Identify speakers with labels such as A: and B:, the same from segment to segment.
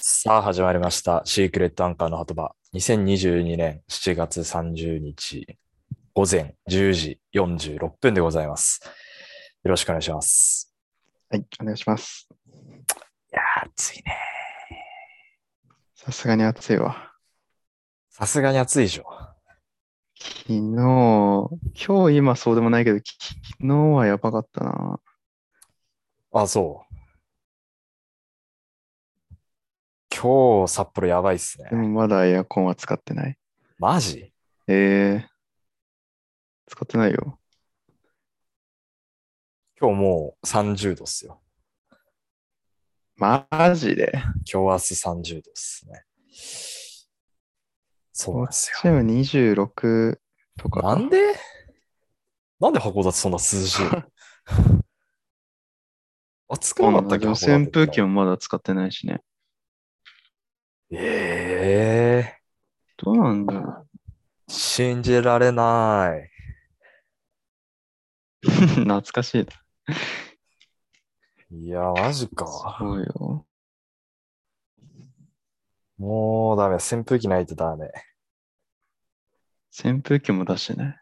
A: さあ始まりました。シークレットアンカーの鳩場。2022年7月30日午前10時46分でございます。よろしくお願いします。
B: はい、お願いします。
A: いやー、暑いね。
B: さすがに暑いわ。
A: さすがに暑いでしょ。
B: 昨日、今日今そうでもないけど、き昨日はやばかったな。
A: あ、そう。今日、札幌やばいっすね
B: で。もまだエアコンは使ってない。
A: マジ
B: えー、使ってないよ。
A: 今日もう30度っすよ。
B: マジで。
A: 今日明日30度っすね。そうなんですよ。
B: チーム26とかか。
A: なんでなんで函館そんな涼しい の暑く
B: そう
A: なか
B: な
A: っ
B: ん
A: た
B: だ
A: っけ
B: でも扇風機
A: も。
B: もまだ使ってないしね。
A: ええ
B: どうなんだろ
A: 信じられない。
B: う。懐かしいな。
A: いや、マジか。
B: そうよ。
A: もうダメ。扇風機ないとダメ。
B: 扇風機も出してない。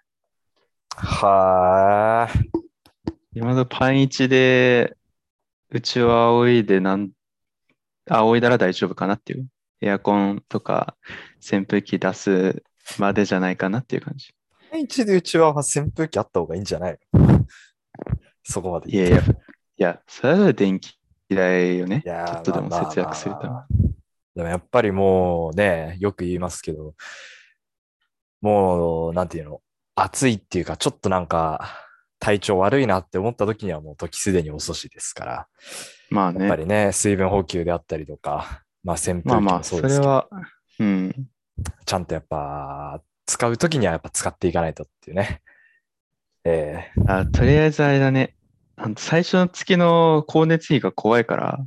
A: はーい。
B: 今のパン1で、うちは仰いでなん、仰いだら大丈夫かなっていう。エアコンとか扇風機出すまでじゃないかなっていう感じ。
A: 一でうちは扇風機あった方がいいんじゃない そこまで
B: いやいや、いや、それは電気代よね。
A: いやー
B: ちょっとでも
A: まあまあ
B: 節約するため
A: まあでもやっぱりもうね、よく言いますけど、もう、なんていうの、暑いっていうか、ちょっとなんか、体調悪いなって思った時にはもう時すでに遅しですから、
B: ま
A: や
B: あ
A: っぱ
B: ね。
A: りね、水分補給であったりとか、まあ扇風機
B: まあま
A: も
B: あ、
A: そ
B: そう
A: で
B: れ
A: すけど、
B: は、うん。
A: ちゃんとやっぱ、使う時にはやっぱ使っていかないとっていうね。ええ
B: あとりあえずあれだね。あの最初の月の光熱費が怖いから、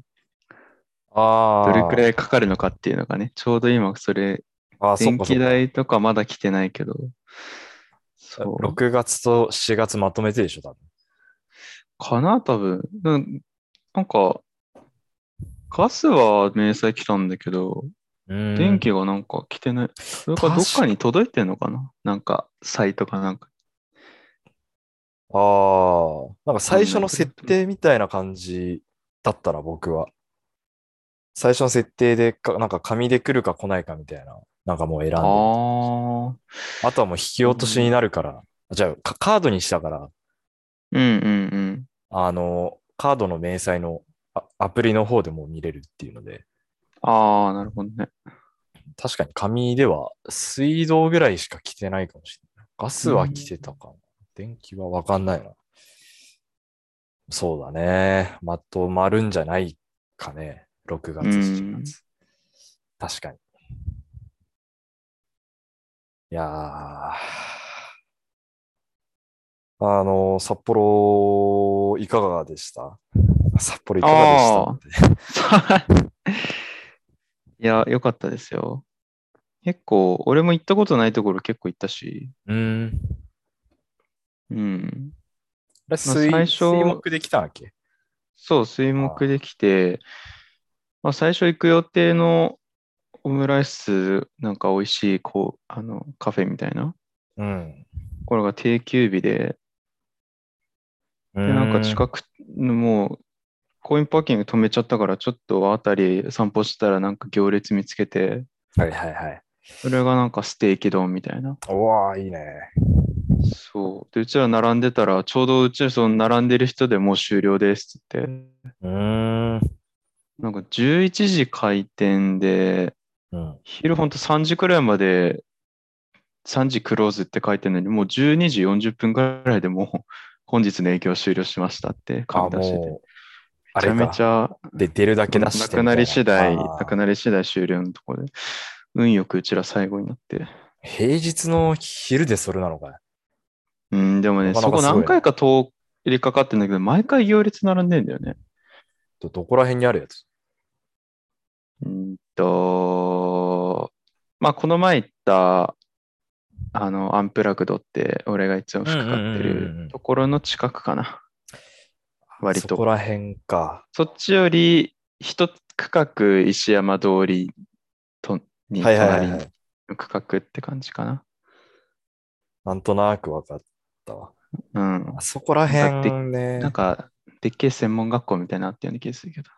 A: あ
B: どれくら
A: い
B: いかかるのかっていうのがね、ちょうど今それ、
A: あーそっ
B: 電
A: かそ
B: 気
A: っか
B: 代とかまだ来てないけど、そう。
A: 6月と7月まとめてでしょ、多分。
B: かな、多分。うんなんか、ガスは明細来たんだけど、
A: うーん
B: 電気がなんか来てない。それかどっかに届いてんのかななんか、サイトかなんか。
A: ああ、なんか最初の設定みたいな感じだったら僕は。最初の設定でか、なんか紙で来るか来ないかみたいな、なんかもう選んで。
B: あ
A: あ
B: ー。
A: とはもう引き落としになるから、じゃあカカードにしたから、
B: うんうん
A: あの、カードの明細のあアプリの方でもう見れるっていうので、
B: うん。ああ、なるほどね。
A: 確かに紙では水道ぐらいしか来てないかもしれない。ガスは来てたかな。電気はわかんないな。そうだね。まとまるんじゃないかね。6月、
B: うん
A: 7月。確かに。いやー。あの、札幌、いかがでした札幌いかがでしたって
B: いや、よかったですよ。結構、俺も行ったことないところ結構行ったし、
A: うん。
B: うん。
A: あれ水、
B: 最初
A: 水木できたわけ
B: そう、水木できて、まあ、最初行く予定のオムライス、なんか美味しいこうあのカフェみたいな、
A: うん。
B: これが定休日で、
A: で
B: でなんか
A: く
B: 近く、もうコインパーキング止めちゃったから、ちょっとあたり散歩したらなんか行列見つけて、
A: はいはいはい。
B: それがなんかステーキ丼みたいな。
A: うわーいいね。
B: そう。で、うちら並んでたら、ちょうどうちらその並んでる人でもう終了ですって言って、
A: うーん。
B: なんか11時開店で、
A: うん。
B: 昼ほんと3時くらいまで3時クローズって書いてるのにもう12時40分くらいでもう 本日の営業終了しましたって
A: あ、
B: 書き出してて
A: もう、あ
B: めち
A: れ
B: ゃめ
A: か
B: ち。ゃ
A: で、出るだけ出
B: な
A: してみたい
B: くなり次第
A: あー
B: なくなり次第終了のところで運よくうちら最後になって
A: 平日の昼でそれなのかい
B: うんでも
A: な
B: ね
A: かなか
B: そこ
A: すごいね
B: 何回か通りかかってんだけど毎回行列並んでんだよね
A: どどこら辺にあるやつ
B: うんとまあこの前行ったあのアンプラグドって俺がいつも服買って
A: うんうんうんうんうん
B: るところの近くかな割
A: そ
B: と
A: こら辺か。
B: そっちより一区画石山通りとに
A: はいはいは
B: 隣
A: い、は
B: の
A: い。
B: 区画って感じかな。
A: なんとなく分かったわ。
B: うん。
A: あそこら辺ね。
B: なんか、でっけえ専門学校みたいなのあったような気がするけど。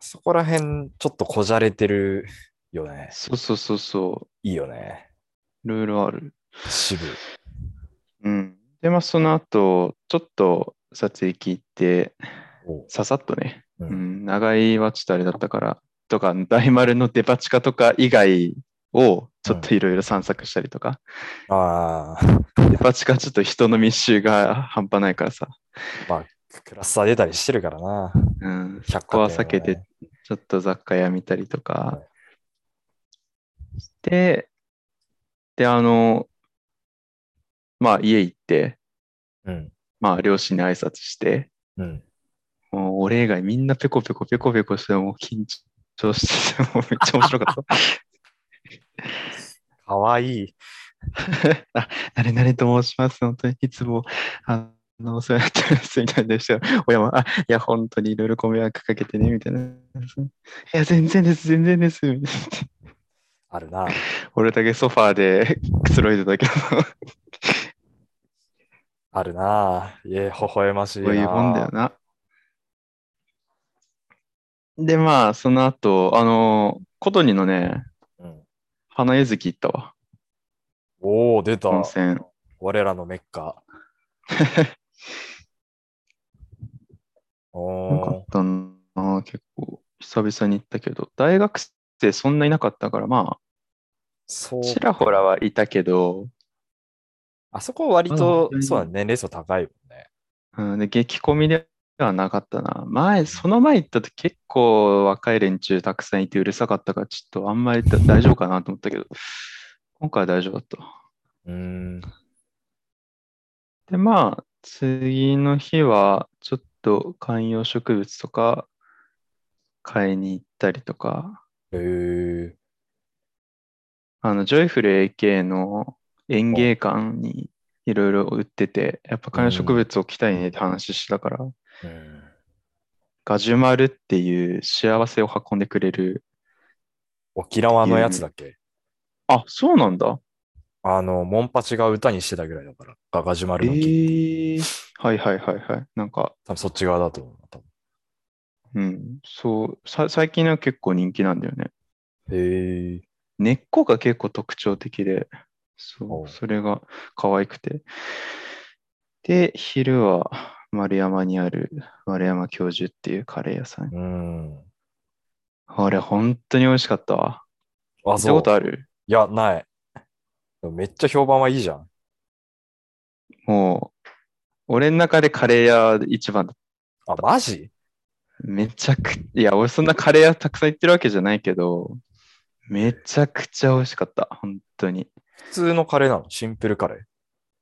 A: そこら辺、ちょっとこじゃれてるよね。
B: そうそうそうそ
A: いいよね。
B: う。いろいろある。
A: 渋い。
B: うん。で、まあ、その後、ちょっと撮影聞いて、
A: お
B: ささっとね、
A: うん
B: うん、長井はちょっとあれだったから、とか、大丸のデパ地下とか以外をちょっといろいろ散策したりとか、
A: ああ、
B: デパ地下ちょっと人の密集が半端ないからさ、
A: クラスター出たりしてるからな。
B: うん、
A: 100
B: そこは避けて、ちょっと雑貨屋見たりとか
A: は
B: して、で、あの、まあ家行って、
A: うん。
B: まあ両親に挨拶して、
A: うん。
B: もう俺以外みんなペコペコペコペコして、もう緊張してて、もうめっちゃ面白かった。
A: かわいい。
B: あ、なれなれと申します。本当にいつも、あの、お世話になってますみたいでしたよ。親も、あ、いや、本当にいろいろご迷惑かけてね、みたいな。いや、全然です、全然です。 みたい
A: あるな。
B: な俺だけソファーでくつろいでたけど、
A: あるな。いえ、微笑ましいな。
B: そういうもんだよな。で、まあ、その後、あの、コトニのね、
A: うん
B: 花柚月行ったわ、
A: おお、出た。
B: 温泉。
A: 我らのメッ カ。
B: よか
A: おー
B: ったな、結構。久々に行ったけど、大学生そんないなかったから、ま
A: そう
B: あ、ちらほらはいたけど、
A: あそこ割と
B: う、ん
A: そうだね、年齢層高いもんね。
B: うん、で激混みではなかったな。前、その前行ったと結構若い連中たくさんいてうるさかったから、ちょっとあんまりだ大丈夫かなと思ったけど、今回は大丈夫だった。
A: うーん。
B: で、まあ、次の日は、ちょっと観葉植物とか買いに行ったりとか、
A: えー、
B: あの、ジョイフル AK の園芸館にいろいろ売ってて、やっぱ観葉植物を置きたいねって話してたから、
A: うん。
B: ガジュマルっていう幸せを運んでくれる。
A: 沖縄のやつだっけ
B: あ、そうなんだ。
A: あの、モンパチが歌にしてたぐらいだから、ガガジュマルの木、
B: ええはいはいはいはい。なんか、
A: 多分そっち側だと思うな。多分
B: うん、そう、さ最近のは結構人気なんだよね。
A: へえ。
B: 根っこが結構特徴的で、そ
A: お
B: う、
A: う
B: それが可愛くて。で、昼は丸山にある丸山教授っていうカレー屋さん。
A: うん。
B: あれ、本当に美味しかったわ。
A: あ、
B: 行った
A: そ
B: こ
A: う
B: と。ある
A: いや、ない。でもめっちゃ評判はいいじゃん。
B: もう、俺の中でカレー屋一番だ。
A: あ、マジ
B: めちゃく、いや、俺そんなカレー屋たくさん行ってるわけじゃないけど、めちゃくちゃ美味しかった。本当に。
A: 普通のカレーなのシンプルカレー。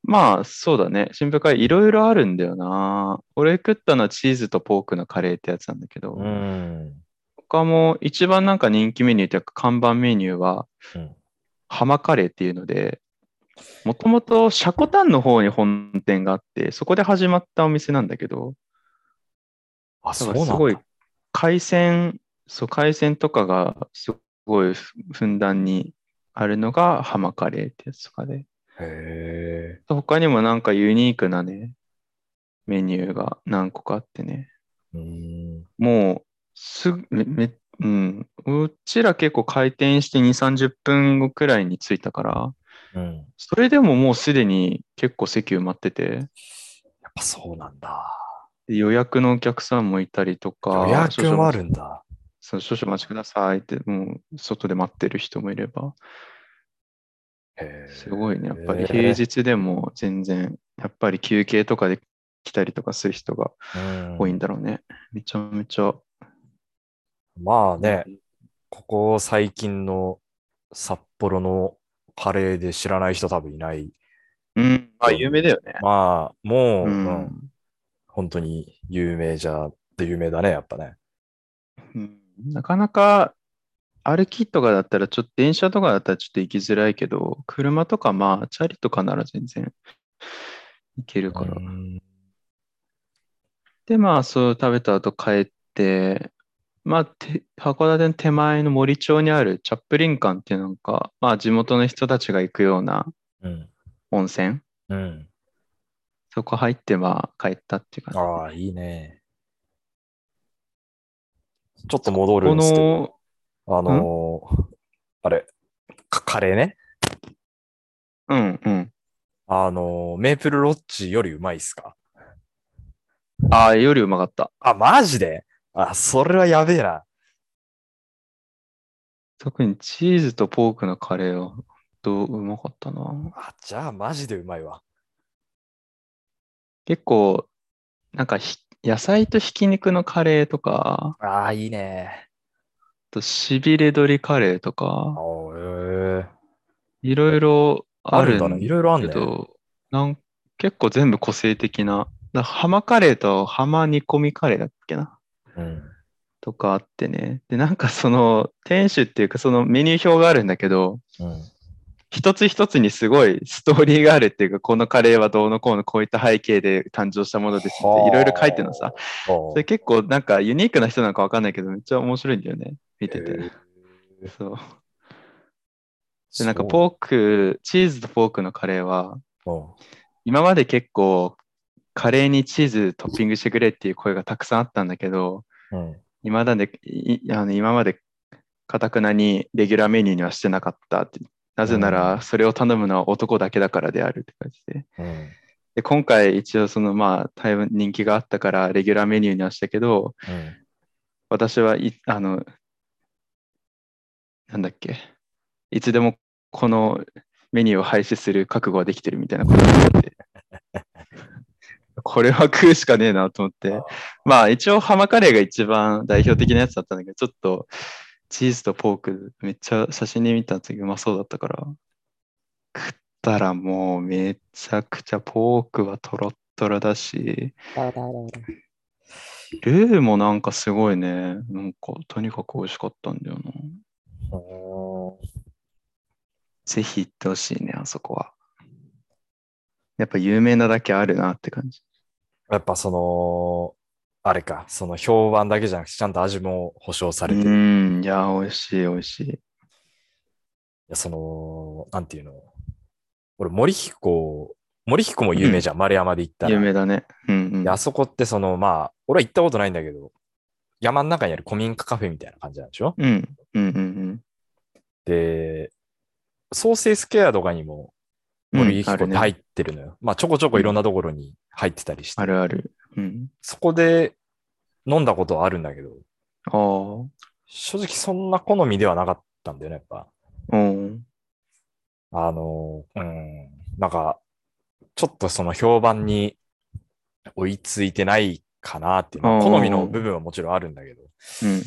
B: まあ、そうだね。新聞会いろいろあるんだよな。俺食ったのはチーズとポークのカレーってやつなんだけど、
A: うん。
B: 他も一番なんか人気メニューというか看板メニューは、
A: うん
B: ハマカレーっていうので、もともとシャコタンの方に本店があって、そこで始まったお店なんだけど、
A: あ、
B: だ
A: そう
B: か
A: なん
B: ら
A: だ。
B: すごい海鮮、そう、海鮮とかがすごいふふんだんにあるのがハマカレーってやつとかで。
A: へえ。
B: 他にもなんかユニークなね、メニューが何個かあってね。
A: うん。
B: もう、すぐ、め、め、うん。うちら結構開店して2、30分後くらいに着いたから、
A: うん。やっ
B: それでももうすでに結構席埋まってて、
A: ぱそうなんだ。
B: で予約のお客さんもいたりとか、
A: 予約もあるんだ。
B: 少々そう少々お待ちくださいって、もう外で待ってる人もいれば、
A: へえ。
B: すごいね。やっぱ
A: へ
B: り
A: え
B: 平日でも全然、やっぱり休憩とかで来たりとかする人が
A: うん
B: 多いんだろうね。めちゃめちゃ
A: まあね、ここ最近の札幌のカレーで知らない人多分いない。
B: うん。まあ、
A: そう
B: 有名だよね。
A: まあ、もう、う
B: う
A: んん。本当に有名じゃ、有名だね、やっぱね。
B: うんなかなか歩きとかだったら、ちょっと電車とかだったらちょっと行きづらいけど、車とかまあ、チャリとかなら全然行けるから。
A: うん
B: で、まあ、そう食べた後帰って、まあ、て函館の手前の森町にあるチャップリン館っていうなんか、まあ、地元の人たちが行くような
A: うん。
B: 温泉、
A: うん。
B: そこ入ってまあ帰ったっていう感じ。
A: ああ、いいね。ちょっと戻る
B: こ
A: んですけど、
B: の、
A: あのーあれ、かカレーね。
B: うんうん。
A: あのーメープルロッジよりうまいっすか
B: ああ、よりうまかった。
A: あ、マジであ、それはやべえな。
B: 特にチーズとポークのカレーは、どううまかったな。
A: あ、じゃあマジでうまいわ。
B: 結構、なんかひ野菜とひき肉のカレーとか、
A: ああ、いいね。
B: あとしびれ鶏カレーとか、
A: おーえー
B: いろいろあ
A: ある
B: る
A: ん
B: ん
A: だ
B: だ
A: ね。いろいろある
B: け
A: ね。
B: ど、なん結構全部個性的な、だ浜カレーと浜煮込みカレーだっけな
A: うん。
B: とかあってね。で、なんかその店主っていうかそのメニュー表があるんだけど、
A: うん。
B: 一つ一つにすごいストーリーがあるっていうか、このカレーはどうのこうのこういった背景で誕生したものですっていろいろ書いてるのさ。
A: お
B: そ
A: ー。
B: れ結構なんかユニークな人なんかわかんないけど、めっちゃ面白いんだよね。見てて。
A: えー
B: そう。で、なんか
A: ー
B: ポーク、チーズとポークのカレーは、今まで結構カレーにチーズトッピングしてくれっていう声がたくさんあったんだけど、
A: うん。
B: 今までいあの今までかたくなにレギュラーメニューにはしてなかったって。なぜな
A: う
B: らそれを頼むのは男だけだからであるって感じで。
A: うん。
B: で今回一応そのまあ大分人気があったからレギュラーメニューにはしたけど、
A: うん。
B: 私はいあのなんだっけいつでもこのメニューを廃止する覚悟はできてるみたいなことになってこれは食うしかねえなと思ってまあ一応ハマカレーが一番代表的なやつだったんだけどちょっとチーズとポークめっちゃ写真で見た時うまそうだったから食ったらもうめちゃくちゃポークはトロットロだしルーもなんかすごいね。なんか、とにかく美味しかったんだよな。ぜひ行ってほしいね、あそこは。やっぱ有名なだけあるなって感じ。
A: やっぱその、あれか、その評判だけじゃなくて、ちゃんと味も保証さ
B: う
A: れてる。い
B: ん、いや、美味しい、美味しい。
A: やその、なんていうの。俺、森彦、森彦も有名じゃん、丸山で行ったら。
B: 有名だね。うん、うん。
A: であそこって、その、まあ、俺は行ったことないんだけど、山の中にある古民家カフェみたいな感じなんでしょ
B: うん、うん、うん、
A: で、ソーセースケアとかにも
B: うん。
A: 森
B: うん
A: 彦
B: あ
A: っ
B: る
A: て
B: ね
A: 入ってるのよ。まあ、ちょこちょこいろんなところに入ってたりして、
B: あるある。うん。
A: そこで飲んだことはあるんだけど、
B: ああ、お
A: 正直そんな好みではなかったんだよね、やっぱ。
B: うん。
A: あの、うん、なんか、ちょっとその評判に追いついてないかなっていうのは、
B: あー
A: 好みの部分はもちろんあるんだけど、
B: うん、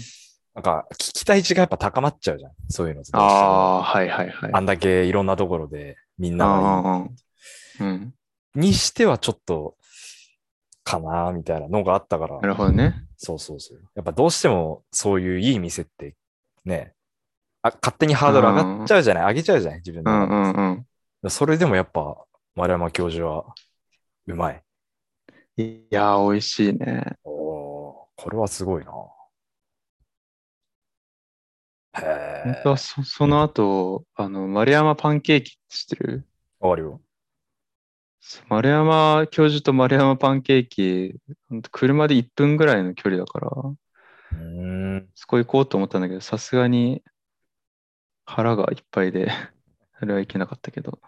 A: なんか、聞きたい値がやっぱ高まっちゃうじゃん、そういうのってどうしても
B: ああー、はいはいはい。
A: あんだけいろんなところでみんなが
B: あー、うん。
A: 言うにしてはちょっと、かなみたいなのがあったから
B: な、るほどね。
A: そうそうそう。やっぱどうしてもそういういい店ってね、あ勝手にハードル上がっちゃうじゃない、上げちゃうじゃない、自分
B: う
A: の
B: ん
A: 中
B: う
A: で。
B: んうん。
A: それでもやっぱ丸山教授はうまい。
B: いや、美味しいね。
A: おこれはすごいな。
B: 本
A: へ
B: 当
A: え。
B: はそその後、あの、丸山パンケーキって知ってる
A: 終わるよ。
B: そう丸山教授と丸山パンケーキ、ほんと車で1分ぐらいの距離だから、
A: うーん。
B: そこ行こうと思ったんだけど、さすがに腹がいっぱいで、 それはいけなかったけど。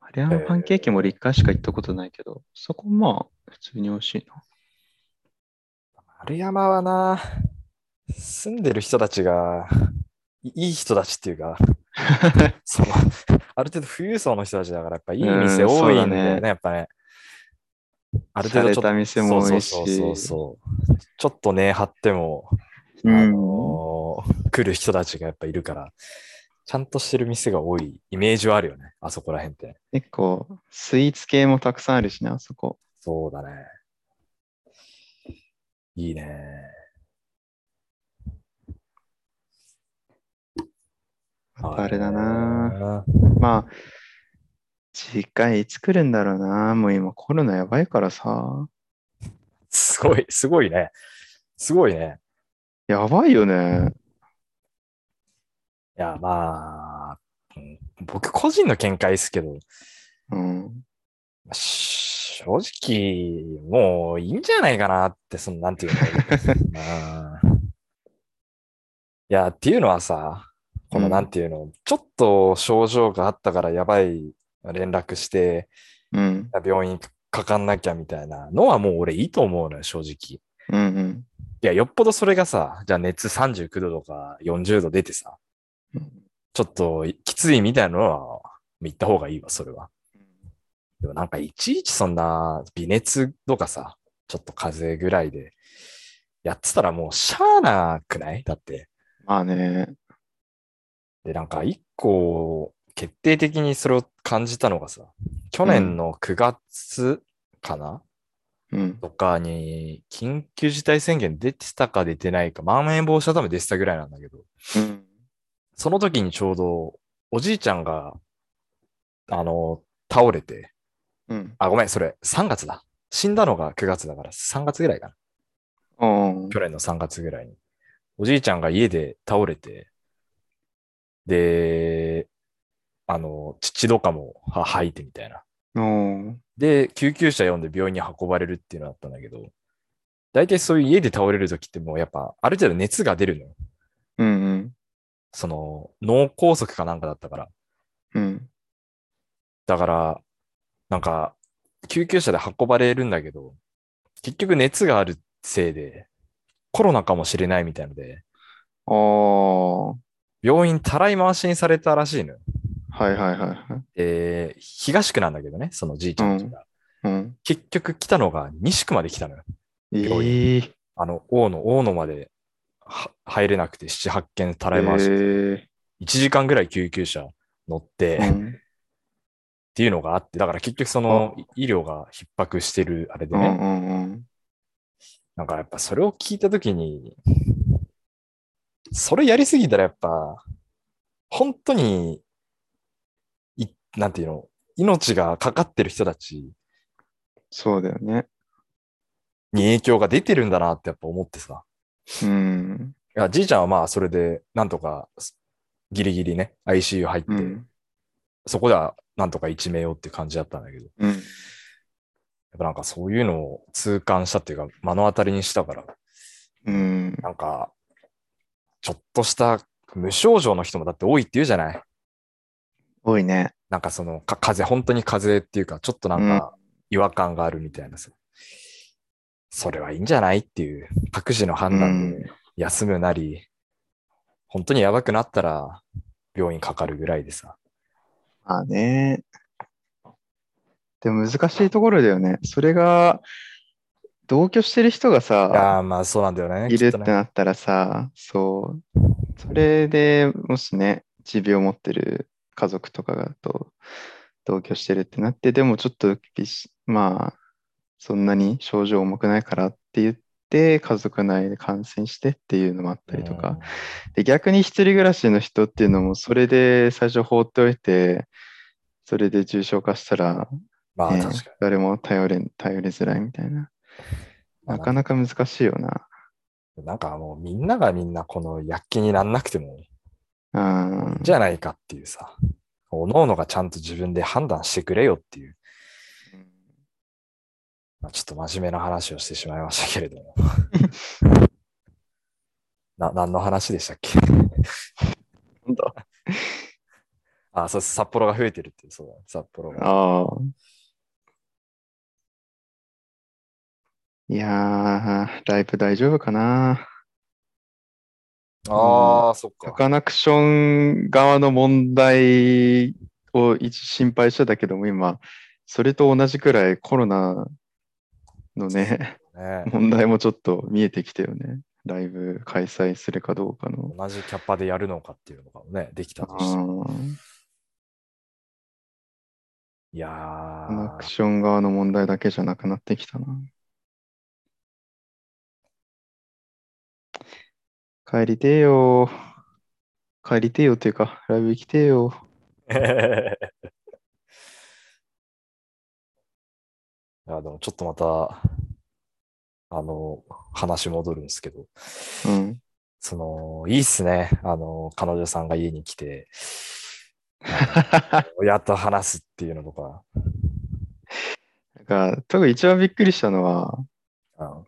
B: 丸山パンケーキも俺1回しか行ったことないけど、そこまあ、普通に美味しいな。
A: 丸山はな、住んでる人たちが、いいい人たちっていうか、その、ある程度富裕層の人たちだから、やっぱいい店
B: うん
A: 多いんだよ
B: そう
A: ね、
B: だね
A: やっぱね。ある
B: 洒
A: 程度ちょ
B: 落
A: っと
B: た、店も
A: そ
B: 美
A: う
B: 味し
A: そうそうそう
B: い。
A: そう。ちょっとね、張っても、
B: う
A: あ
B: ん
A: のー来る人たちがやっぱいるから、ちゃんとしてる店が多いイメージはあるよね、あそこら辺って。
B: 結構、スイーツ系もたくさんあるしね、あそこ。
A: そうだね。いいね。
B: あとあれだ
A: あ
B: な。まあ、次回いつ来るんだろうな。もう今コロナやばいからさ。
A: すごい、すごいね。すごいね。
B: やばいよね。
A: いや、まあ、うん僕個人の見解ですけど、
B: うん。
A: し正直、もういいんじゃないかなって、その、なん ていうのうんいや、っていうのはさ、この、
B: うん
A: なんていうの、ちょっと症状があったからやばい連絡して、
B: うん。
A: 病院かかんなきゃみたいなのはもう俺いいと思うのよ、正直。
B: うん。
A: いや、よっぽどそれがさ、じゃあ熱39度とか40度出てさ、
B: うん。
A: ちょっときついみたいなのは、言った方がいいわ、それは。でもなんかいちいちそんな微熱とかさ、ちょっと風邪ぐらいでやってたらもうしゃあなくないだって。
B: まあね。
A: で、なんか一個決定的にそれを感じたのがさ、去年の9月かな、
B: うん。
A: とかに緊急事態宣言出てたか出てないか、まん延防止のため出てたぐらいなんだけど、
B: うん。
A: その時にちょうどおじいちゃんが、あの、倒れて、
B: うん。
A: あ、ごめん、それ、3月だ。死んだのが9月だから、3月ぐらいかな。
B: うん。
A: 去年の3月ぐらいに。おじいちゃんが家で倒れて、で、あの、父とかもは吐いてみたいな。
B: うん。
A: で、救急車呼んで病院に運ばれるっていうのだったんだけど、大体そういう家で倒れる時ってもうやっぱ、ある程度熱が出るのよ。
B: うん。
A: その、脳梗塞かなんかだったから。
B: うん。
A: だから、なんか、救急車で運ばれるんだけど、結局熱があるせいで、コロナかもしれないみたいので、
B: ああ。は
A: 病院たらい回しにされたらしいのよ。
B: いはいはいはい。
A: えー東区なんだけどね、そのじいちゃんちが。
B: うん。
A: 結局来たのが西区まで来たのよ。病
B: ええ。
A: あの、大野、大野までは入れなくて、7、8件たらい回し。
B: え
A: 1時間ぐらい救急車乗って、
B: え。
A: っ
B: うん
A: ていうのがあって、だから結局その医療が逼迫してるあれで
B: う
A: ね、
B: んうんうん。
A: なんかやっぱそれを聞いたときに、それやりすぎたらやっぱ、本当に、い、なんていうの、命がかかってる人たち
B: そうだよね。
A: に影響が出てるんだなってやっぱ思ってさ。
B: うん。
A: いや、じいちゃんはまあそれで、なんとか、ギリギリね、ICU 入って、
B: うん。
A: そこではなんとか一命をって感じだったんだけど、や
B: うん。
A: っぱなんかそういうのを痛感したっていうか、目の当たりにしたから、
B: うん。
A: なんか、ちょっとした無症状の人もだって多いって言うじゃない
B: 多いね。
A: なんかそのか風邪、本当に風邪っていうか、ちょっとなんか違和感があるみたいなさ、それはいいんじゃないっていう、各自の判断で休むなり、本当にやばくなったら病院かかるぐらいでさ、
B: まあね。でも難しいところだよね。それが、同居してる人
A: い
B: が
A: や
B: さ、
A: ーまあそうなんだよね。
B: いる
A: き
B: っ
A: ってとね
B: なったらさ、そう。それでもしね、持病を持ってる家族とかだと、同居してるってなって、でもちょっとびし、まあ、そんなに症状重くないからって言って、家族内で感染してっていうのもあったりとか。で逆に一人暮らしの人っていうのもそれで最初放っておいてそれで重症化したら、
A: まあ
B: ね
A: 確かに。
B: 誰も頼れ頼りづらいみたいななかなか難しいよな
A: なんかもうみんながみんなこの躍起になんなくてもいいん
B: うん
A: じゃないかっていうさ、おのおのがちゃんと自分で判断してくれよっていう、まあ、ちょっと真面目な話をしてしまいましたけれど も。な何の話でしたっけ
B: なんだ
A: あ、そうです札幌が増えてるっていう、そうだ、札幌が。
B: ああいやーライブ大丈夫かな
A: ああ、そっ
B: サ
A: か。
B: カナクション側の問題を一心配してたけども今それと同じくらいコロナのね
A: ね、
B: 問題もちょっと見えてきたよね。ライブ開催するかどうかの。
A: 同じキャパでやるのかっていうのがね、できたとしても。
B: うん
A: いや
B: アナ
A: ー
B: ク、ション側の問題だけじゃなくなってきたな。帰りてえよ。帰りてえよっていうか、ライブ行きてえよ。
A: いやでもちょっとまた、あの、話戻るんですけど、
B: うん。
A: その、いいっすね。あの、彼女さんが家に来て、 親と話すっていうのとか。
B: なんか、特に一番びっくりしたのは、
A: うん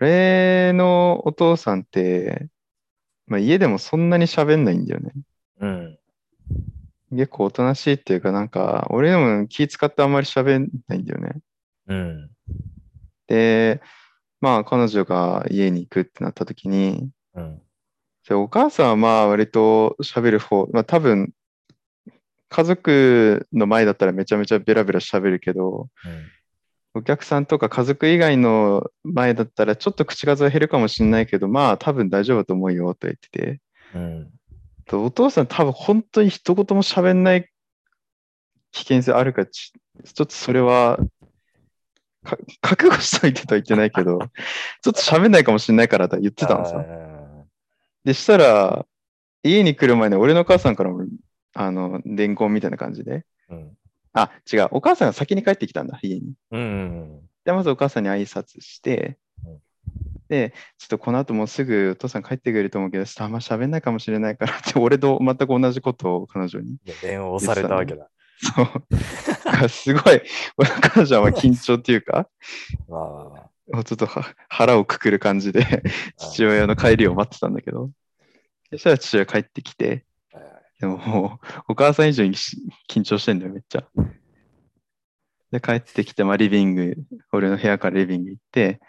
B: 俺のお父さんって、まあ、家でもそんなに喋んないんだよね。
A: うん。
B: 結構おとなしいっていうか、なんか、俺でも気使ってあんまり喋んないんだよね。
A: うん。
B: で、まあ、彼女が家に行くってなった時に、
A: うん。
B: でお母さんはまあ、割と喋る方、まあ、多分、家族の前だったらめちゃめちゃベラベラ喋るけど、お客さんとか家族以外の前だったらちょっと口数は減るかもしれないけど、まあ多分大丈夫だと思うよと言ってて、
A: うん。
B: とお父さん多分本当に一言も喋んない危険性あるかち、ちょっとそれはか覚悟しといてとは言ってないけど、ちょっと喋んないかもしれないからとは言ってたの
A: あ
B: さ。
A: ー
B: で、したら家に来る前に俺の母さんからもあの伝言みたいな感じで、
A: うん。
B: あ、違う、お母さんが先に帰ってきたんだ、家に。
A: うん。
B: で、まずお母さんに挨拶して
A: うん、
B: で、ちょっとこの後もうすぐお父さん帰ってくれると思うけど、ちょっとあんま喋んないかもしれないからって、俺と全く同じことを彼女に。
A: いや電話をされたわ けだ。
B: そう。だからすごい、俺の彼女はまあ緊張っていうか、
A: まあまあまあ
B: もうちょっとは腹をくくる感じで、父親の帰りを待ってたんだけど、そしたら父親帰ってきて、
A: はいはい
B: でももう、お母さん以上にし緊張してんだよ、めっちゃ。で、帰ってきて、まあ、リビング、俺の部屋からリビング行って、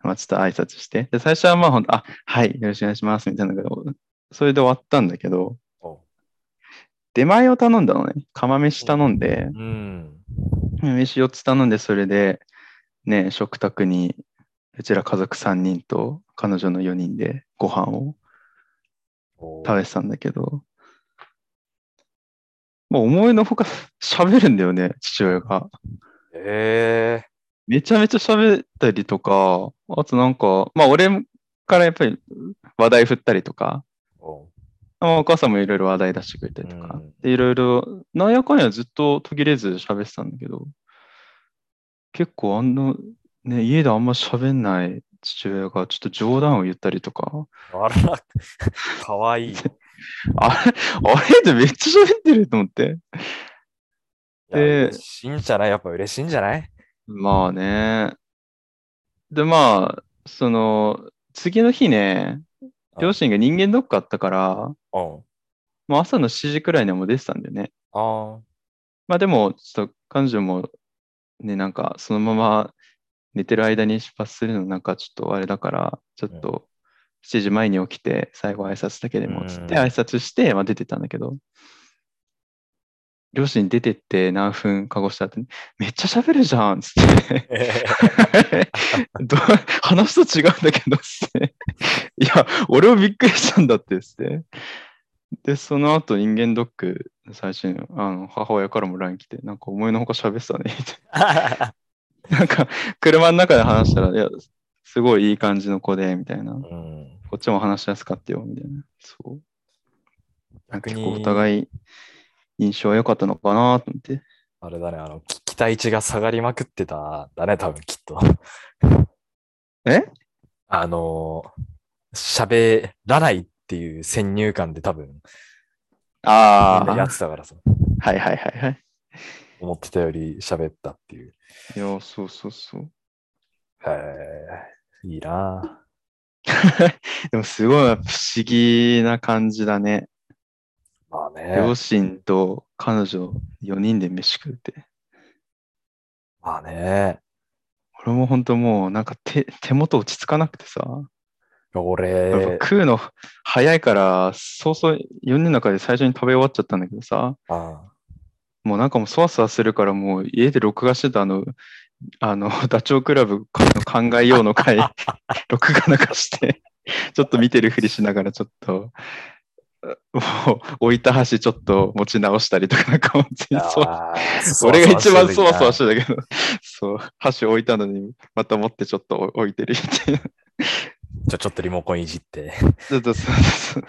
B: まあ、ちょっと挨拶して。で、最初はまあ、ほんと、あ、はい、よろしくお願いします、みたいなのがそれで終わったんだけど、
A: お
B: 出前を頼んだのね。釜飯頼んで、
A: うん。
B: 飯4つ頼んで、それで、ね、食卓に、うちら家族3人と彼女の4人でご飯を
A: お
B: 食べてたんだけど、もう思いのほか喋るんだよね、父親が。
A: え
B: めちゃめちゃ喋ったりとか、あとなんか、まあ俺からやっぱり話題振ったりとか、
A: ーお
B: まあお母さんもいろいろ話題出してくれたりと
A: う
B: か
A: ん、
B: でいろいろ、なんやかんやずっと途切れず喋ってたんだけど、結構あの、ね、家であんま喋んない父親がちょっと冗談を言ったりとか、
A: あら、かわいい。い
B: あれ、 あれってめっちゃ喋ってると思って。
A: や
B: で
A: 嬉しいんじゃないやっぱ嬉しいんじゃない
B: まあね。で、まあ、その、次の日ね、
A: うん
B: 両親が人間ドックあったから、
A: うん。
B: もう朝の7時くらいにはもう出てたんだよね。
A: あ
B: まあでも、ちょっと彼女も、ね、なんか、そのまま寝てる間に出発するの、なんかちょっとあれだから、ちょっと7時前に起きて、最後挨拶だけでも、つって
A: うん
B: 挨拶して、まあ出てったんだけど、両親出てって何分かごした後に、めっちゃ喋るじゃんつって。
A: あ。
B: ど話と違うんだけどっつって。いや、俺もびっくりしたんだってっつって。で、その後人間ドックの最初にあの母親からも LINE 来て、なんか思いのほか喋ってたね みたいな。なんか車の中で話したら、いや、すごいいい感じの子で、みたいな。こ
A: うん、
B: っちも話しやすかったよ、みたいな。そう。なんか
A: 逆に
B: 結構お互い印象は良かったのかなと思って。
A: あれだね、あの、き期待値が下がりまくってた、だね、多分きっと。
B: え
A: あのー、喋らないっていう先入観で多分、
B: ああ、
A: やってたからさ、
B: はいはいはいはい。
A: 思ってたより喋ったっていう。
B: いや、そうそうそう。
A: へえ、いいな
B: でもすごい不思議な感じだね。
A: まあね
B: 両、親と彼女4人で飯食うって。
A: まあね。
B: 俺も本当もうなんか手手元落ち着かなくてさ。やっぱ
A: 俺、
B: 食うの早いから、そうそう4人の中で最初に食べ終わっちゃったんだけどさ。
A: あ
B: もうなんかもうそわそわするからもう家で録画してたあの、あの、 ダチョウ倶楽部の考えようの回、 録画流して、ちょっと見てるふりしながらちょっと、もう置いた箸ちょっと持ち直したりとか、なんかもう 全然そう
A: あー
B: 俺が一番そわそわ
A: し
B: してたけど、 そう、箸置いたのに、また持ってちょっと置いてるみたいな。
A: ちょ、ちょっとリモコンいじって。
B: そうそうそう。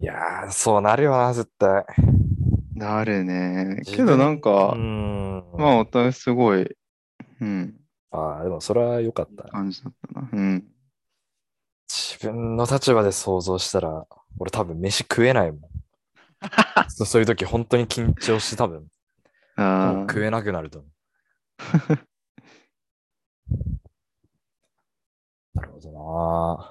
A: いやー、そうなるよな、絶対。
B: なるね。
A: 自
B: け
A: 分
B: どなん
A: う
B: か、
A: ん。
B: まあ、お互いすごい、うん、
A: ああ、でもそれは良かったな。
B: 感じだったな。うん。
A: 自分の立場で想像したら、俺多分飯食えない もん。そそういう時本当に緊張して多分、
B: あ
A: もう
B: あ。
A: 食えなくなる と思う。なるほどな。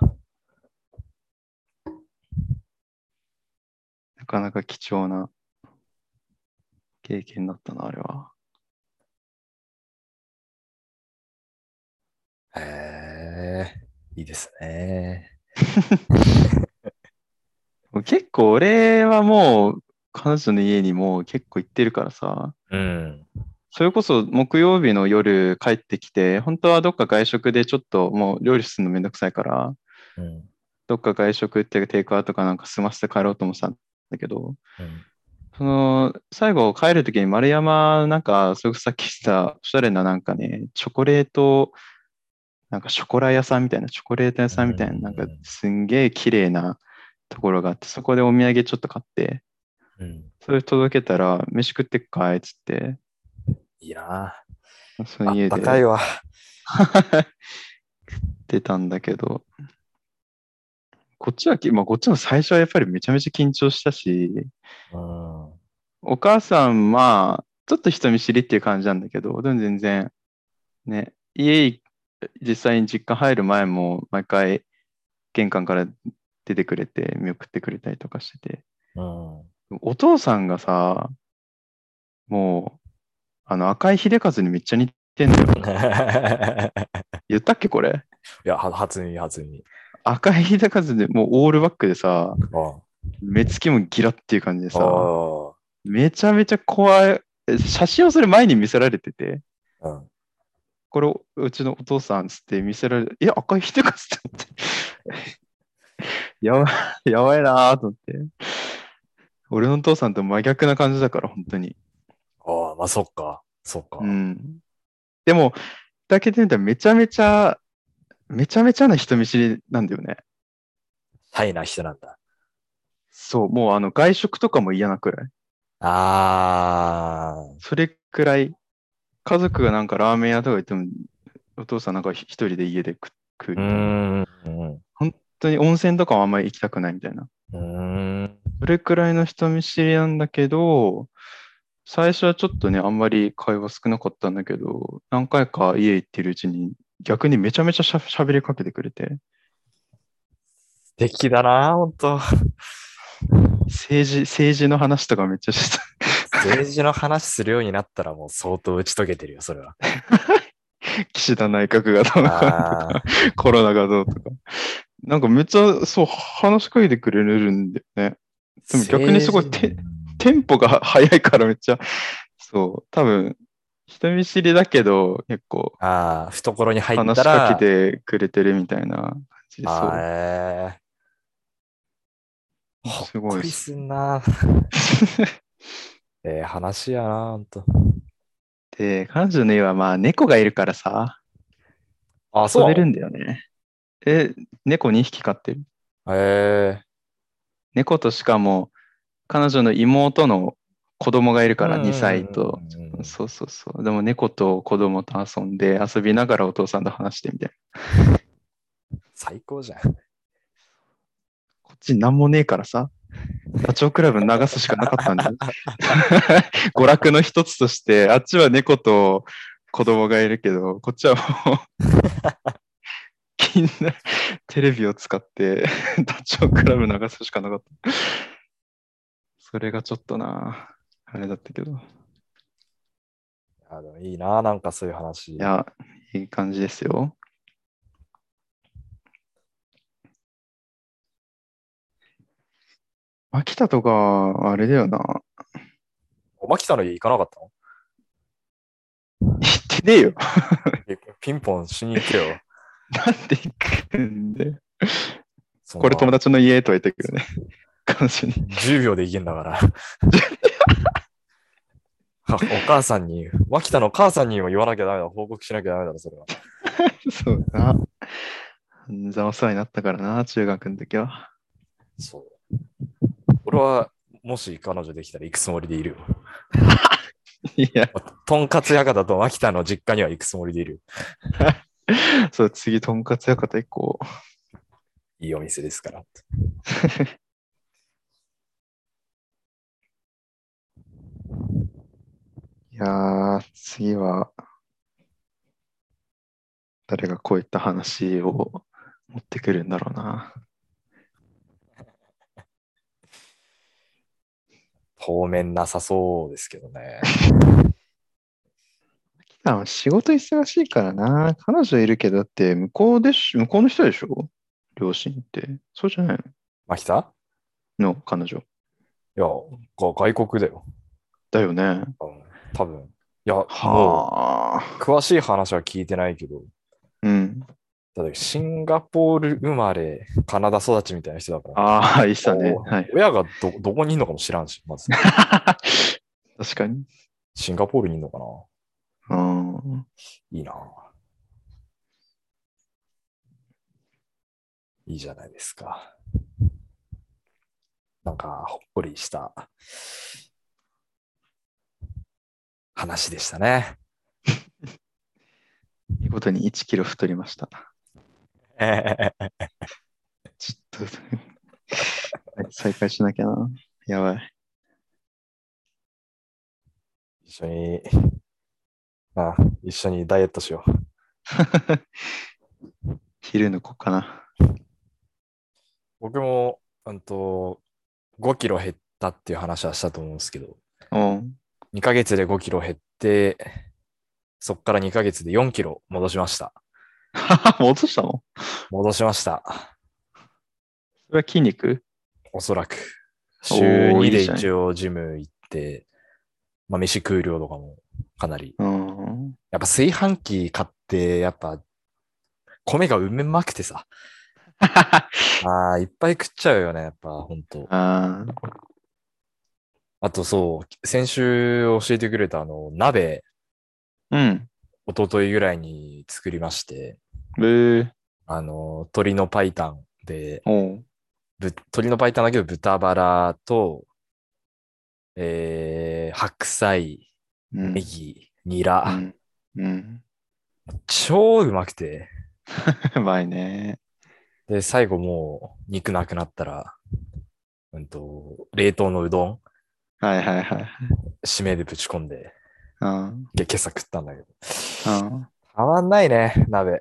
B: なかなか貴重な経験だったな、あれは。
A: へえ、いいですね。
B: 結構俺はもう彼女の家にもう結構行ってるからさ、
A: うん。
B: それこそ木曜日の夜帰ってきて、本当はどっか外食でちょっともう料理するのめんどくさいから、
A: うん。うん
B: どっか外食っていうかテイクアウトかなんか済ませて帰ろうと思ってたんだけど、その最後帰るときに丸山なんかそれこそさっきしたおしゃれななんかねチョコレートなんかショコラ屋さんみたいなチョコレート屋さんみたいな
A: うん
B: なんかすんげえ綺麗なところがあってそこでお土産ちょっと買って
A: うん。
B: それ届けたら飯食ってっかいっつって
A: いいな。
B: そ
A: あ
B: の
A: っ
B: 家
A: た
B: で
A: かいわ。
B: 食ってたんだけどこっちはき、まあ、こっちの最初はやっぱりめちゃめちゃ緊張したし
A: うん。
B: お母さん、まあ、ちょっと人見知りっていう感じなんだけど、でも全然、ね、家い、実際に実家入る前も、毎回、玄関から出てくれて、見送ってくれたりとかしてて、
A: うん。
B: お父さんがさ、もう、あの、赤井秀和にめっちゃ似てんのよ。言ったっけ、これ。
A: いや、は初耳、初耳。
B: 赤井秀和で、もうオールバックでさ、
A: あ
B: 目つきもギラっていう感じで
A: あ
B: さ、めちゃめちゃ怖い、写真をそれ前に見せられてて、
A: あ。うん。
B: これうちのお父さんっつって見せられて、いや、赤い人かっつって思って。 やばい、やばいなーと思って。俺のお父さんと真逆な感じだから、本当に。
A: ああ、まあ、そっか。そっか。
B: うん。でも、だけで言うとめちゃめちゃ、めちゃめちゃな人見知りなんだよね。
A: シャイな人なんだ。
B: そう、もうあの外食とかも嫌なくらい。
A: あ
B: それくらい、家族がなんかラーメン屋とか行っても、お父さんなんか一人で家で食食う
A: あ。
B: み
A: う
B: たいな。本
A: ん。うん。
B: 当に温泉とかはあんまり行きたくないみたいな。
A: うん。
B: それくらいの人見知りなんだけど、最初はちょっとね、あんまり会話少なかったんだけど、何回か家行ってるうちに、逆にめちゃめちゃしゃ喋りかけてくれて、
A: 素敵だな、ほんと。
B: 政治、政治の話とかめっちゃしてた。
A: 政治の話するようになったらもう相当打ち解けてるよ、それは。
B: 岸田内閣がどうか、
A: ああ。
B: コロナがどうとか。なんかめっちゃ、そう、話しかけてくれるんだよね。 でも逆にすごいて
A: 政治
B: テンポが早いからめっちゃ、そう、多分、人見知りだけど、結構、
A: ああ、懐に入ったら。
B: 話しかけてくれてるみたいな感じで、そう
A: あ。ーえーほ
B: すごい
A: っこ
B: で
A: り
B: す
A: すんな。ええ話やな、ほんと。
B: で、彼女の家はまあ猫がいるからさ、
A: あ、
B: 遊
A: そう
B: べるんだよね。え、猫2匹飼ってる。
A: ええ
B: 猫としかも、彼女の妹の子供がいるから、
A: うんうんうん
B: 2歳と。
A: うん
B: そうそうそう。でも猫と子供と遊んで、遊びながらお父さんと話してみたいな。
A: 最高じゃん。
B: こっちに何もねえからさ、ダチョウ倶楽部流すしかなかったんだよ。娯楽の一つとして、あっちは猫と子供がいるけど、こっちはもう、みんなテレビを使って、ダチョウ倶楽部流すしかなかった。それがちょっとな、あれだったけど。
A: あでもいいな、なんかそういう話。
B: いや、いい感じですよ。秋田とか、あれだよな。
A: おまきさんの家行かなかったの
B: 言ってねえよ。
A: えピンポンしに行けよ。
B: なんで行くんで。
A: そんな
B: これ友達の家とは言ったけどね。彼女に。
A: 10秒で行けんだ から。あお母さんに、脇田の母さんにも言わなきゃダメだ、報告しなきゃダメだろ、それは。
B: そうだな。半沢お世話になったからな、中学の時は。
A: そう。俺は、もし彼女できたら行くつもりでいるよ。
B: いや、
A: とんかつ館と秋田の実家には行くつもりでいる。
B: そう、次、とんかつ屋形行こう。
A: いいお店ですから。
B: いやー、次は、誰がこういった話を持ってくるんだろうな。
A: 当面なさそうですけどね。
B: 秋田は仕事忙しいからな。彼女いるけど、だって向こうでし、向こうの人でしょ両親って。そうじゃない
A: 秋田
B: のの、彼女。
A: いや、が外国だよ。
B: だよね。
A: うん多分。いや、も
B: は
A: う
B: あ。
A: 詳しい話は聞いてないけど、
B: うん。
A: だってシンガポール生まれ、カナダ育ちみたいな人だから。
B: ああ、いいっすよね。
A: お
B: はい。
A: 親がどどこにいるのかも知らんし、まず。
B: 確かに。
A: シンガポールにいるのかな
B: うん。
A: いいな。いいじゃないですか。なんか、ほっこりした話でしたね。
B: 見事に1キロ太りました。
A: ええ
B: ちょっと 再開しなきゃな。やばい。
A: 一緒に、あ、一緒にダイエットしよう。
B: 昼抜こうかな。
A: 僕も、うんと、5キロ減ったっていう話はしたと思うんですけど、
B: うん。
A: 2ヶ月で5キロ減って、そっから2ヶ月で4キロ戻しました。
B: 戻したの
A: 戻しました。
B: それは筋肉
A: おそらく。週
B: おーい
A: 2
B: い
A: で
B: じゃん
A: 一応ジム行って、まあ、飯食う量とかもかなり。
B: うん。
A: やっぱ炊飯器買って、やっぱ、米がうめまくてさ。
B: あ
A: ああ、いっぱい食っちゃうよね、やっぱ、ほんと。
B: あ。
A: あとそう、先週教えてくれたあの、鍋、
B: うん。
A: 一昨日ぐらいに作りまして、
B: ブ
A: あの、鶏の白湯で、
B: ー。おう。
A: ぶ鶏の白湯だけど豚バラと、えー、白菜、
B: うん
A: ネギ、ニラ、
B: うん。うん。
A: 超うまくて、
B: うまいね。
A: で、最後もう肉なくなったら、うんと、冷凍のうどん、
B: はいはいはい。
A: 締めでぶち込んで、
B: うん。
A: で今朝食ったんだけど。
B: うん。
A: たまんないね、鍋。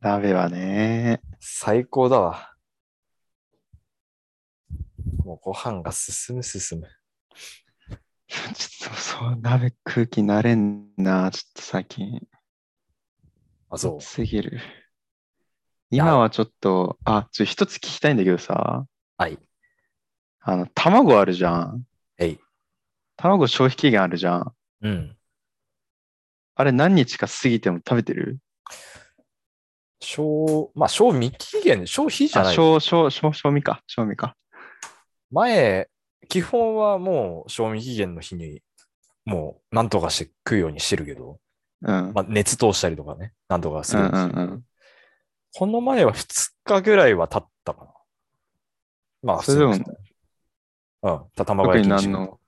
B: 鍋はね。
A: 最高だわ。もうご飯が進む進む。
B: ちょっとそう、鍋空気慣れんな、ちょっと最近。
A: あ、そう。
B: すぎる。
A: や
B: 今はちょっと、あ、ちょ、一つ聞きたいんだけどさ、
A: はい。
B: あの、卵あるじゃん。
A: えい。
B: 卵消費期限あるじゃん。
A: うん。
B: あれ何日か過ぎても食べてる
A: 賞、まあ、賞未期限、賞費じゃ
B: あ、
A: ない。
B: 賞、賞、賞、賞味か。賞味か。
A: 前、基本はもう賞味期限の日に、もうなんとかして食うようにしてるけど、
B: うん。
A: まあ、熱通したりとかね、なんとかす
B: うん
A: る
B: うん
A: ですよ
B: んうん。
A: この前は2日ぐらいは経ったかな。まあ、
B: それでも
A: 普通にうん、卵焼
B: 特に
A: きに
B: 何
A: しろ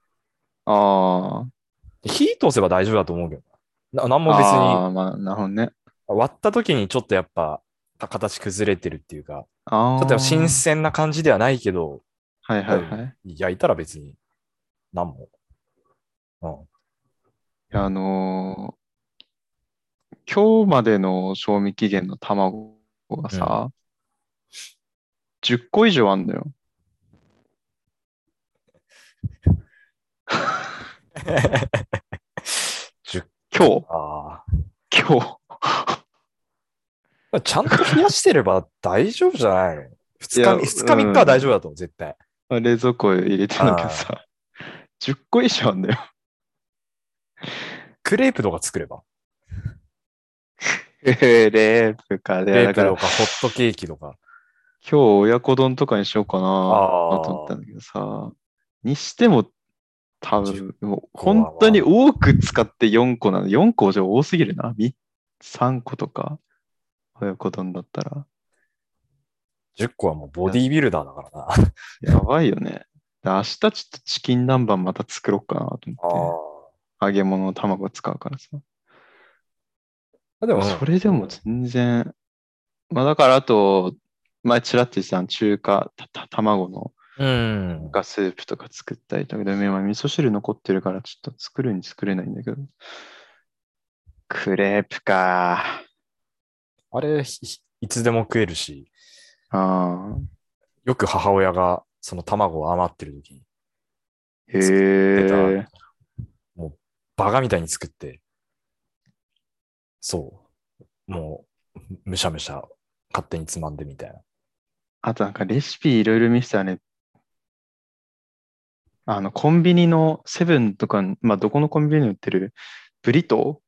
B: の。あ
A: 火通せば大丈夫だと思うけどな。ななん
B: あ。
A: も別に
B: ああ、まあ、なるほどね。
A: 割った時にちょっとやっぱか形崩れてるっていうか、
B: ああ。
A: ちょっと新鮮な感じではないけど、
B: はいはいはい。い
A: 焼いたら別に何も。うん。
B: やあのー今日までの賞味期限の卵がさ、10個以上あんだよ。
A: 10
B: 今日
A: あ
B: 今日
A: あ。ちゃんと冷やしてれば大丈夫じゃないの ?2
B: いや
A: 日、二日3日は大丈夫だと思う、絶対。
B: まあ冷蔵庫入れてんだけどさ、10個以上あんだよ。
A: クレープとか作れば。
B: レープか
A: ク
B: で、
A: レー
B: だ
A: プ
B: から
A: と
B: 今
A: かホットケーキとか。
B: 日親子丼とかにしようかな
A: あー
B: と思ったんだけどさ、にしても多分、もう
A: 個は
B: 本当に多く使って4個なの。4個じゃ多すぎるな。み3個とか、親子丼だったら。
A: 10個はもうボディービルダーだからな。
B: やばいよね。で明日ちょっとチキン南蛮また作ろうかなと
A: あ
B: 思って。揚げ物の卵使うからさ。
A: あ。でも、
B: それでも全然。まあだからあと、前ちらっと言ってたの中華、たた卵の
A: うん。
B: がスープとか作ったりとか、でも今味噌汁残ってるからちょっと作るに作れないんだけど。クレープか。
A: あれ、ひひいつでも食えるし、
B: ああ。
A: よく母親がその卵を余ってる時に、
B: へ
A: 出た
B: え。
A: もうバカみたいに作って、そう、もうむしゃむしゃ勝手につまんでみたいな。
B: あとなんかレシピいろいろ見せたらね、あの、コンビニのセブンとか、まあ、どこのコンビニに売ってるブリト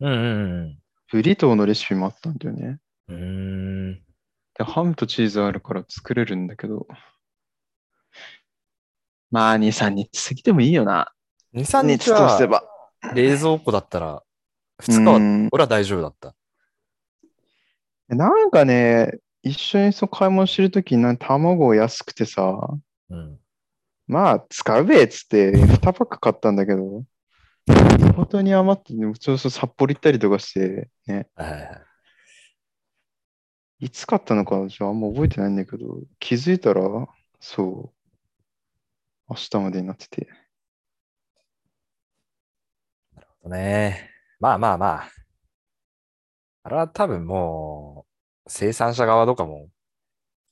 A: うんうん
B: ーブリトーのレシピもあったんだよね。
A: うん。うーん。
B: で、ハムとチーズあるから作れるんだけど。まあ、2、3日過ぎてもいいよな。
A: 2、3日
B: 通せ
A: は
B: ば。
A: 冷蔵庫だったら、2日
B: う
A: は
B: ん
A: 俺は大丈夫だった。
B: なんかね、一緒にそう買い物してるときになん卵安くてさ、
A: うん。
B: まあ、使うべっつって、2パック買ったんだけど、本当に余ってて、でもちょうど札幌行ったりとかして、ね、
A: はいはいはい。
B: いつ買ったのか、じゃああんま覚えてないんだけど、気づいたら、そう、明日までになってて。
A: ね。まあまあまあ。あれは多分もう、生産者側とかも、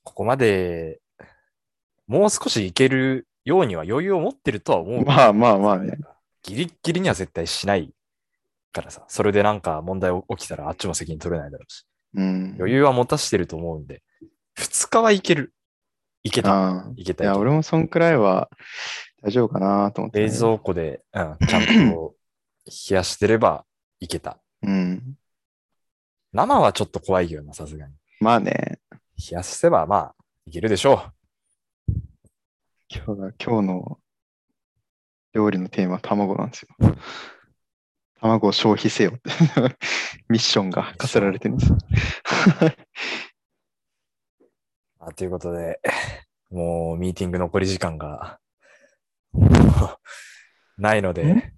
A: ここまで、もう少しいけるようには余裕を持ってるとは思う。
B: まあまあまあね。
A: ギリッギリには絶対しないからさ、それでなんか問題起きたらあっちも責任取れないだろうし、
B: うん。
A: 余裕は持たしてると思うんで、2日はいける。いけた。
B: ああ
A: いけ
B: い
A: たいけ
B: や、
A: た
B: 俺もそんくらいは大丈夫かなと思って、
A: 冷蔵庫で、うん、ちゃんと冷やしてればいけた。
B: うん。
A: 生はちょっと怖いよな、さすがに。
B: まあね、
A: 冷やせばまあ、いけるでしょ
B: 今日が、今日の料理のテーマ、卵なんですよ。卵を消費せよ ってミッションが課せられてるん ですよ。
A: う。あということで、 もうミーティング残り時間が ないので、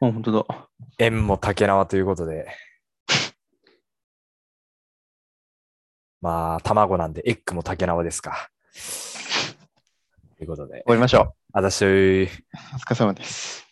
B: あ、本当だ。
A: 縁も竹縄ということで、まあ、卵なんで、エッグも竹縄ですか。ということで
B: 終、わりましょ
A: 私、
B: う。お疲れ様です。